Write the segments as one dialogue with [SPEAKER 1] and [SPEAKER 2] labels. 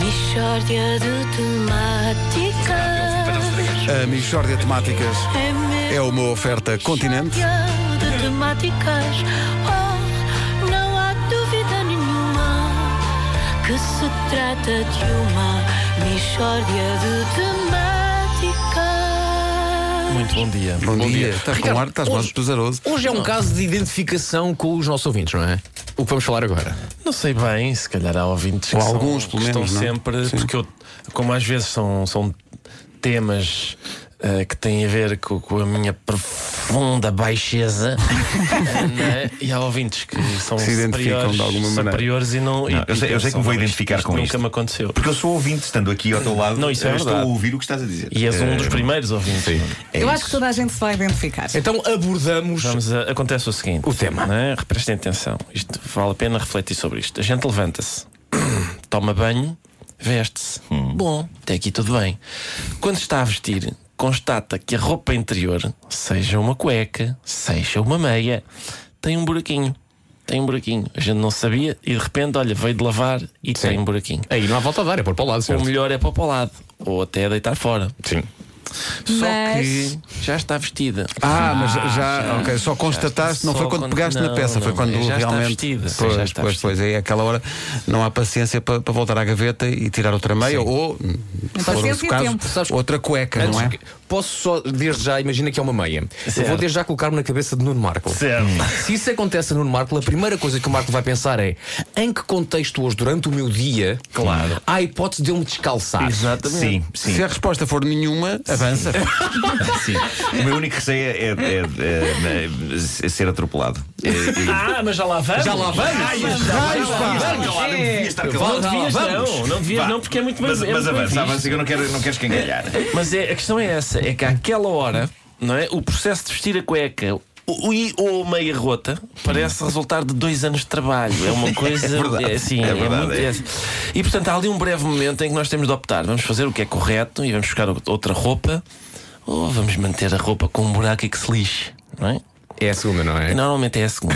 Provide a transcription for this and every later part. [SPEAKER 1] Michórdia de temáticas.
[SPEAKER 2] A Michórdia Temáticas
[SPEAKER 1] É
[SPEAKER 2] é uma oferta continente.
[SPEAKER 1] Michórdia de temáticas. Oh, não há dúvida nenhuma que se trata de uma Michórdia de temáticas.
[SPEAKER 3] Muito bom dia.
[SPEAKER 2] Bom, dia. Estás com
[SPEAKER 3] Ricardo,
[SPEAKER 2] ar, estás mais
[SPEAKER 3] hoje,
[SPEAKER 2] pesaroso.
[SPEAKER 4] Hoje é um caso de identificação com os nossos ouvintes, não é? O que vamos falar agora.
[SPEAKER 3] Não sei bem, se calhar há ouvintes que,
[SPEAKER 2] Ou
[SPEAKER 3] são-
[SPEAKER 2] alguns, pelo
[SPEAKER 3] que
[SPEAKER 2] menos,
[SPEAKER 3] estão
[SPEAKER 2] não é?
[SPEAKER 3] sempre.
[SPEAKER 2] Sim.
[SPEAKER 3] Porque eu, como às vezes são, são temas eh, que têm a ver co- com, a minha profunda baixeza, né? e há ouvintes que são
[SPEAKER 2] Se identificam
[SPEAKER 3] superiores,
[SPEAKER 2] de alguma maneira.
[SPEAKER 3] superiores e não. e-
[SPEAKER 5] Não, eu
[SPEAKER 3] e
[SPEAKER 5] sei- eu sei que
[SPEAKER 3] pensam,
[SPEAKER 5] me vou
[SPEAKER 3] "Não,
[SPEAKER 5] identificar
[SPEAKER 3] isto
[SPEAKER 5] com
[SPEAKER 3] nunca
[SPEAKER 5] isto."
[SPEAKER 3] me aconteceu.
[SPEAKER 5] Porque eu sou ouvinte, estando aqui ao teu lado,
[SPEAKER 3] Não, isso é
[SPEAKER 5] eu estou a
[SPEAKER 3] verdade.
[SPEAKER 5] ouvir o que estás a dizer.
[SPEAKER 3] E és um dos
[SPEAKER 5] Eh,
[SPEAKER 3] primeiros ouvintes.
[SPEAKER 5] é
[SPEAKER 6] Eu
[SPEAKER 5] isso. É
[SPEAKER 6] acho que toda a gente se vai identificar.
[SPEAKER 4] Então abordamos.
[SPEAKER 3] Vamos a- acontece o seguinte:
[SPEAKER 4] O tema.
[SPEAKER 3] Né? Prestem atenção, isto vale a pena refletir sobre isto. A gente levanta-se, toma banho, veste-se.
[SPEAKER 4] Hum.
[SPEAKER 3] Bom, até aqui tudo bem. Quando está a vestir, constata que a roupa interior, seja uma cueca, seja uma meia, tem um buraquinho. Tem um buraquinho. A gente não sabia e de repente, olha, veio de lavar e tem um buraquinho.
[SPEAKER 4] Aí não há volta a dar, é pôr para o lado,
[SPEAKER 3] O
[SPEAKER 4] certo?
[SPEAKER 3] melhor é para o lado, ou até deitar fora.
[SPEAKER 4] Sim.
[SPEAKER 3] Só
[SPEAKER 6] Mas-
[SPEAKER 3] que já está vestida.
[SPEAKER 2] Ah, mas já, ok, só constataste, não
[SPEAKER 3] Só
[SPEAKER 2] foi quando,
[SPEAKER 3] quando-
[SPEAKER 2] pegaste na
[SPEAKER 3] não,
[SPEAKER 2] peça, foi
[SPEAKER 3] não,
[SPEAKER 2] quando
[SPEAKER 3] já está
[SPEAKER 2] realmente.
[SPEAKER 3] vestida, sim,
[SPEAKER 2] pois,
[SPEAKER 3] já está
[SPEAKER 2] pois,
[SPEAKER 3] vestida.
[SPEAKER 2] pois, aí aquela hora não há paciência para, para voltar à gaveta e tirar outra meia ou, hum, se for
[SPEAKER 6] Então Paciência
[SPEAKER 2] o seu
[SPEAKER 6] e
[SPEAKER 2] caso,
[SPEAKER 6] tempo.
[SPEAKER 4] Sabes-
[SPEAKER 2] outra cueca, não é?
[SPEAKER 4] Antes que- Posso só, desde já, imagina que é uma meia. Eu vou
[SPEAKER 3] Certo.
[SPEAKER 4] desde já colocar-me na cabeça de Nuno Marco. Hum.
[SPEAKER 3] Certo.
[SPEAKER 4] Se isso acontece a Nuno Marco, a primeira coisa que o Marco vai pensar é em que contexto hoje, durante o meu dia,
[SPEAKER 3] Claro.
[SPEAKER 4] há a hipótese de eu me descalçar.
[SPEAKER 3] Exatamente.
[SPEAKER 5] Sim, sim.
[SPEAKER 2] Se a resposta for nenhuma, avança.
[SPEAKER 5] sim. O meu único receio é, é- é- é- é ser atropelado. É, é-
[SPEAKER 3] Ah, mas já lá vamos.
[SPEAKER 4] Já lá vamos?
[SPEAKER 2] Raios, pá!
[SPEAKER 5] Calado, não devia estar
[SPEAKER 3] Não
[SPEAKER 5] calado.
[SPEAKER 3] devias, não.
[SPEAKER 4] vamos.
[SPEAKER 3] Não devias,
[SPEAKER 5] Vá.
[SPEAKER 3] não, porque é muito bem.
[SPEAKER 5] Mas,
[SPEAKER 3] é
[SPEAKER 5] mas
[SPEAKER 3] muito bem
[SPEAKER 5] avança,
[SPEAKER 3] visto.
[SPEAKER 5] avança, que eu não quero, não quero escangalhar.
[SPEAKER 3] Mas é, a questão é essa: é que àquela hora, não é? O processo de vestir a cueca. o- e ou a meia rota parece resultar de dois anos de trabalho. É uma coisa.
[SPEAKER 5] verdade.
[SPEAKER 3] assim,
[SPEAKER 5] É verdade,
[SPEAKER 3] muito-
[SPEAKER 5] é.
[SPEAKER 3] é assim. E portanto há ali um breve momento em que nós temos de optar. Vamos fazer o que é correto e vamos buscar outra roupa ou vamos manter a roupa com um buraco e que se lixe, não é?
[SPEAKER 4] É a segunda, não é?
[SPEAKER 3] Normalmente é a segunda.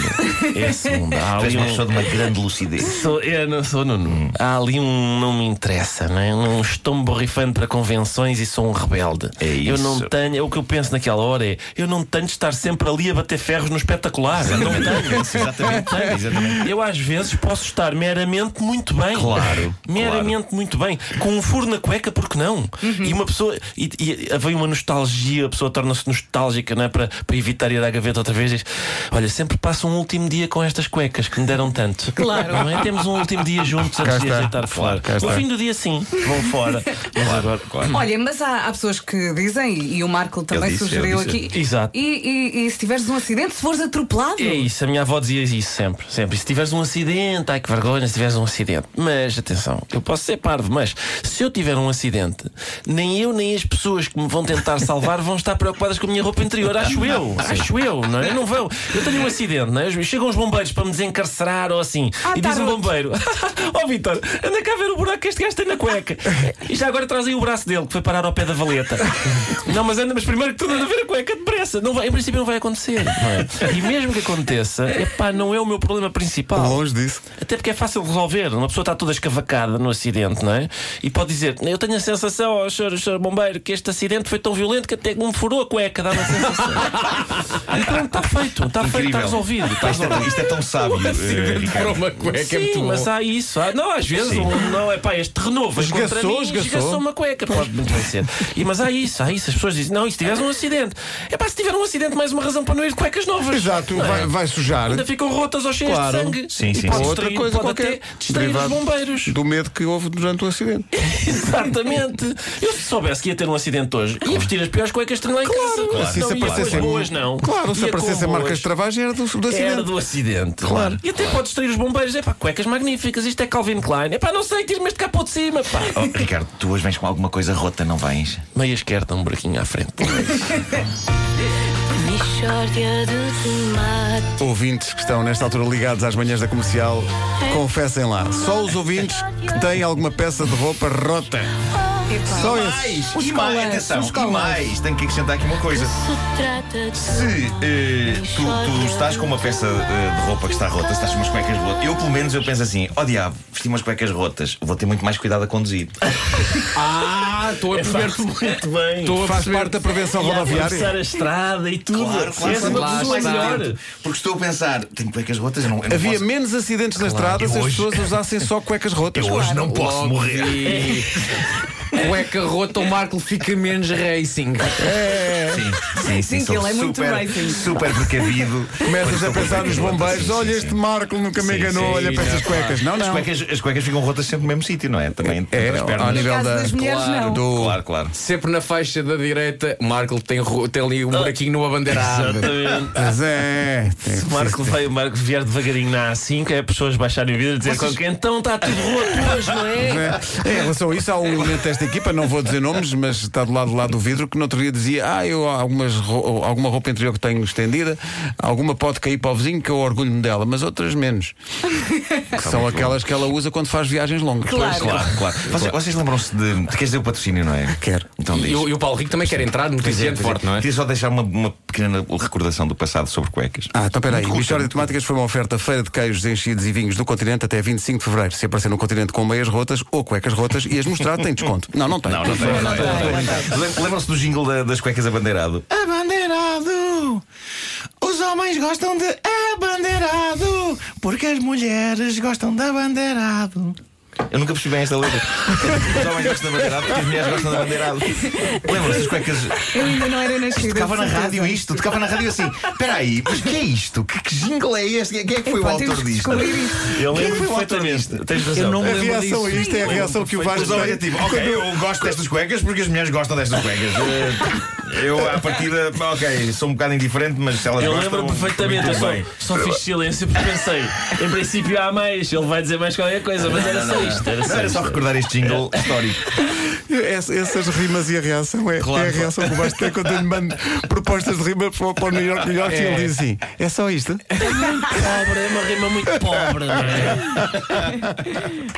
[SPEAKER 3] É a segunda. Há
[SPEAKER 5] Tu és
[SPEAKER 3] ali
[SPEAKER 5] uma
[SPEAKER 3] um,
[SPEAKER 5] pessoa de uma grande lucidez.
[SPEAKER 3] Sou, eu não sou Nuno.
[SPEAKER 5] Hum.
[SPEAKER 3] Há ali um não me interessa, não é? Um estou-me borrifando para convenções e sou um rebelde.
[SPEAKER 5] É isso.
[SPEAKER 3] Eu não tenho, o que eu penso naquela hora é: eu não tenho de estar sempre ali a bater ferros no espetacular. Não tenho.
[SPEAKER 5] Exatamente. Exatamente.
[SPEAKER 3] Eu às vezes posso estar meramente muito bem.
[SPEAKER 5] Claro,
[SPEAKER 3] Meramente muito bem. Com um furo na cueca, porque não? E uma pessoa. E, e vem uma nostalgia, a pessoa torna-se nostálgica, não é? Para, para evitar ir à gaveta outra vez. Diz, Olha, sempre passo um último dia com estas cuecas que me deram tanto. Claro. Não é? Temos um último dia juntos antes de
[SPEAKER 2] está.
[SPEAKER 3] ajeitar fora.
[SPEAKER 2] Cá está.
[SPEAKER 3] No fim do dia, sim. Vão fora. Mas agora-
[SPEAKER 6] Olha, mas há, há pessoas que dizem, e e o Marco também
[SPEAKER 5] disse,
[SPEAKER 6] sugeriu
[SPEAKER 5] ele disse.
[SPEAKER 6] aqui.
[SPEAKER 3] Exato.
[SPEAKER 6] E, e- e se tiveres um acidente, se fores atropelado.
[SPEAKER 3] É isso, a minha avó dizia isso sempre, sempre. E se tiveres um acidente, ai que vergonha se tiveres um acidente. Mas atenção, eu posso ser parvo, mas se eu tiver um acidente, nem eu nem as pessoas que me vão tentar salvar vão estar preocupadas com a minha roupa interior, acho eu, acho eu, não é? Não vão. Eu tenho um acidente, não é? Chegam os bombeiros para me desencarcerar ou assim,
[SPEAKER 6] Ah,
[SPEAKER 3] e diz um
[SPEAKER 6] tarde.
[SPEAKER 3] bombeiro: Ó Vitor, Oh, anda cá ver o buraco que este gajo tem na cueca. E já agora traz aí o braço dele que foi parar ao pé da valeta. Não, mas anda, mas primeiro que tudo anda a ver a cueca depressa. Não vai, em princípio não vai acontecer. não é? E mesmo que aconteça, epá, não é o meu problema principal.
[SPEAKER 2] Longe disso.
[SPEAKER 3] Até porque é fácil de resolver. Uma pessoa está toda escavacada no acidente, não é? E pode dizer: Eu tenho a sensação, ó senhor, senhor bombeiro, que este acidente foi tão violento que até me furou a cueca, dá-me a sensação. e pronto, está feito, está feito, está
[SPEAKER 5] Incrível.
[SPEAKER 3] resolvido. Está
[SPEAKER 5] Isto é, tão-
[SPEAKER 3] resolvido.
[SPEAKER 5] isto é tão sábio,
[SPEAKER 3] assim?
[SPEAKER 5] eh,
[SPEAKER 4] Para
[SPEAKER 5] Ricardo.
[SPEAKER 4] uma cueca é muito
[SPEAKER 3] Sim,
[SPEAKER 4] bom.
[SPEAKER 3] mas há isso. há- não, às vezes, um- não é pá, este renovo. encontra
[SPEAKER 2] Esgaçou,
[SPEAKER 3] mim,
[SPEAKER 2] esgaçou.
[SPEAKER 3] uma cueca, pode muito bem ser. E, mas há isso, há isso. As pessoas dizem, não, e se tiveres um acidente? É pá, se tiver um acidente, mais uma razão para não ir de cuecas novas.
[SPEAKER 2] Exato,
[SPEAKER 3] Não é?
[SPEAKER 2] vai, vai sujar
[SPEAKER 3] Ainda ficam rotas ou cheias
[SPEAKER 2] Claro.
[SPEAKER 3] de sangue.
[SPEAKER 5] Sim,
[SPEAKER 3] E
[SPEAKER 5] sim.
[SPEAKER 3] pode
[SPEAKER 5] Ou
[SPEAKER 2] outra
[SPEAKER 3] distrair-
[SPEAKER 2] coisa
[SPEAKER 3] pode
[SPEAKER 2] qualquer.
[SPEAKER 3] até distrair
[SPEAKER 2] Derivado
[SPEAKER 3] os bombeiros.
[SPEAKER 2] do medo que houve durante o acidente.
[SPEAKER 3] Exatamente. Eu se soubesse que ia ter um acidente hoje, ia vestir as piores cuecas que tenho lá em casa.
[SPEAKER 2] Se isso
[SPEAKER 3] Não ia com as
[SPEAKER 2] aparecesse em-
[SPEAKER 3] boas, não.
[SPEAKER 2] Claro, se
[SPEAKER 3] Ia com
[SPEAKER 2] aparecesse a marca
[SPEAKER 3] boas.
[SPEAKER 2] de travagem era do, do
[SPEAKER 3] Era
[SPEAKER 2] acidente.
[SPEAKER 3] do acidente. Claro. E até pode distrair os bombeiros. É pá, cuecas magníficas. Isto é Calvin Klein. É pá, não sei, tira-me este capô de cima. Pá.
[SPEAKER 5] Oh, Ricardo, tu hoje vens com alguma coisa rota, não vens?
[SPEAKER 3] Meia esquerda, um buraquinho à frente.
[SPEAKER 1] Michórdia de temáticas.
[SPEAKER 2] Ouvintes que estão nesta altura ligados às manhãs da comercial, confessem lá. Só os ouvintes que têm alguma peça de roupa rota.
[SPEAKER 1] Oh,
[SPEAKER 6] Epá.
[SPEAKER 2] Só esse.
[SPEAKER 5] Mais!
[SPEAKER 6] Os
[SPEAKER 5] e mais,
[SPEAKER 6] colãs,
[SPEAKER 5] atenção,
[SPEAKER 6] os
[SPEAKER 5] e
[SPEAKER 6] colãs.
[SPEAKER 5] mais, tenho que acrescentar aqui uma coisa.
[SPEAKER 1] Se trata de
[SPEAKER 5] Se eh, tu, tu estás com uma peça eh, de roupa que está rota, se estás com umas cuecas rotas, eu pelo menos eu penso assim, ó diabo, vesti umas cuecas rotas, vou ter muito mais cuidado a conduzir.
[SPEAKER 4] Ah, estou a
[SPEAKER 3] É
[SPEAKER 4] perceber tudo.
[SPEAKER 3] Muito bem.
[SPEAKER 2] a Faz parte da prevenção
[SPEAKER 3] E a
[SPEAKER 2] rodoviária.
[SPEAKER 3] atravessar a estrada e tudo.
[SPEAKER 5] Claro, claro, é
[SPEAKER 3] És uma
[SPEAKER 5] claro,
[SPEAKER 3] pessoa
[SPEAKER 5] está
[SPEAKER 3] melhor.
[SPEAKER 5] atento. Porque estou a pensar, tenho cuecas rotas, eu não, eu não
[SPEAKER 2] Havia
[SPEAKER 5] posso.
[SPEAKER 2] menos acidentes na estrada se as pessoas usassem só cuecas rotas.
[SPEAKER 5] Eu hoje não posso morrer.
[SPEAKER 4] E... Cueca rota, o Marco fica menos racing.
[SPEAKER 5] Sim,
[SPEAKER 6] Sim, que
[SPEAKER 5] sou
[SPEAKER 6] ele é muito
[SPEAKER 5] super,
[SPEAKER 6] racing.
[SPEAKER 5] super precavido. Quando
[SPEAKER 2] Começas
[SPEAKER 5] estou
[SPEAKER 2] a
[SPEAKER 5] com
[SPEAKER 2] pensar
[SPEAKER 5] cuecas
[SPEAKER 2] nos
[SPEAKER 5] rotas,
[SPEAKER 2] bombeiros,
[SPEAKER 5] sim,
[SPEAKER 2] olha
[SPEAKER 5] sim,
[SPEAKER 2] este
[SPEAKER 5] sim.
[SPEAKER 2] Marco nunca me
[SPEAKER 5] Sim,
[SPEAKER 2] enganou,
[SPEAKER 5] sim,
[SPEAKER 2] olha para essas cuecas. Não,
[SPEAKER 5] As
[SPEAKER 2] não.
[SPEAKER 5] cuecas, as cuecas ficam rotas sempre no mesmo sítio, não é? Também
[SPEAKER 2] É,
[SPEAKER 5] entre as pernas.
[SPEAKER 2] ao nível
[SPEAKER 6] caso
[SPEAKER 2] da.
[SPEAKER 6] das mulheres, não.
[SPEAKER 2] do-
[SPEAKER 5] Claro, claro.
[SPEAKER 4] Sempre na faixa da direita, Marco tem, ro- tem ali um buraquinho numa bandeira árabe.
[SPEAKER 3] Exatamente.
[SPEAKER 2] Mas é.
[SPEAKER 3] Se o Marco vai, o Marco vier devagarinho na A5, é as pessoas baixarem o vidro e dizer qualquer, então está tudo roto hoje, não é?
[SPEAKER 2] É, Em relação a isso, há um elemento desta equipa, não vou dizer nomes, mas está do lado lá do vidro, que no outro dia dizia: Ah, eu há algumas, ro- alguma roupa interior que tenho estendida, alguma pode cair para o vizinho, que eu orgulho-me dela, mas outras menos. Que são aquelas que ela usa quando faz viagens longas.
[SPEAKER 6] Claro.
[SPEAKER 5] Claro, claro. Vocês, vocês lembram-se de. Queres dizer o patrocínio, não é?
[SPEAKER 2] Quero.
[SPEAKER 5] Então diz.
[SPEAKER 4] E, o- e o Paulo Rico também quer entrar, noticiante forte, não é?
[SPEAKER 5] Queria só deixar uma, uma pequena recordação do passado sobre cuecas.
[SPEAKER 2] Ah, então peraí.
[SPEAKER 5] Muito
[SPEAKER 2] O História
[SPEAKER 5] curta.
[SPEAKER 2] de Temáticas foi uma oferta feira de queijos, enchidos e vinhos do continente até 25 de fevereiro. Se aparecer no continente com meias rotas ou cuecas rotas e as mostrar, tem desconto. Não, não tem.
[SPEAKER 5] Não, não tem. não tem, não tem. Lem- Lembram-se do jingle da- das cuecas abandeirado? Abandeirado! Os homens gostam de abandeirado porque as mulheres gostam de abandeirado. Eu nunca percebi bem esta letra. Os homens gostam de abandeirado porque as mulheres gostam de abandeirado. Lembram-se das cuecas
[SPEAKER 6] Eu ainda não era nascida.
[SPEAKER 5] Tocava na
[SPEAKER 6] de certeza.
[SPEAKER 5] rádio isto, tocava na rádio assim. Espera aí, mas que é isto? Que, que jingle é este? Quem é que foi o
[SPEAKER 6] Epá,
[SPEAKER 5] autor
[SPEAKER 6] temos que
[SPEAKER 5] disto?
[SPEAKER 6] descobrir isto.
[SPEAKER 3] Eu
[SPEAKER 5] Quem é
[SPEAKER 3] lembro
[SPEAKER 5] foi o autor
[SPEAKER 3] perfeitamente.
[SPEAKER 5] disto?
[SPEAKER 3] Tens razão.
[SPEAKER 2] A reação a isto é a reação que o Vasco
[SPEAKER 5] Mas olha,
[SPEAKER 2] tem.
[SPEAKER 5] tipo, ok, eu gosto destas cuecas porque as mulheres gostam destas cuecas. Eh, Eu, à partida, ok, sou um bocado indiferente, mas se elas
[SPEAKER 3] Eu
[SPEAKER 5] gostam.
[SPEAKER 3] lembro perfeitamente, eu
[SPEAKER 5] é muito
[SPEAKER 3] só,
[SPEAKER 5] bem.
[SPEAKER 3] só fiz silêncio porque pensei, em princípio há mais, ele vai dizer mais qualquer coisa, mas era só isto, era
[SPEAKER 5] Não,
[SPEAKER 3] só
[SPEAKER 5] era só
[SPEAKER 3] isto.
[SPEAKER 5] recordar este jingle histórico.
[SPEAKER 2] Ess- Essas rimas e a reação é, é a reação que o Vasco tem quando eu lhe mando propostas de rima para, o- para o New York, New York e ele diz assim: é só isto?
[SPEAKER 3] Pobre, é uma rima muito pobre, não é?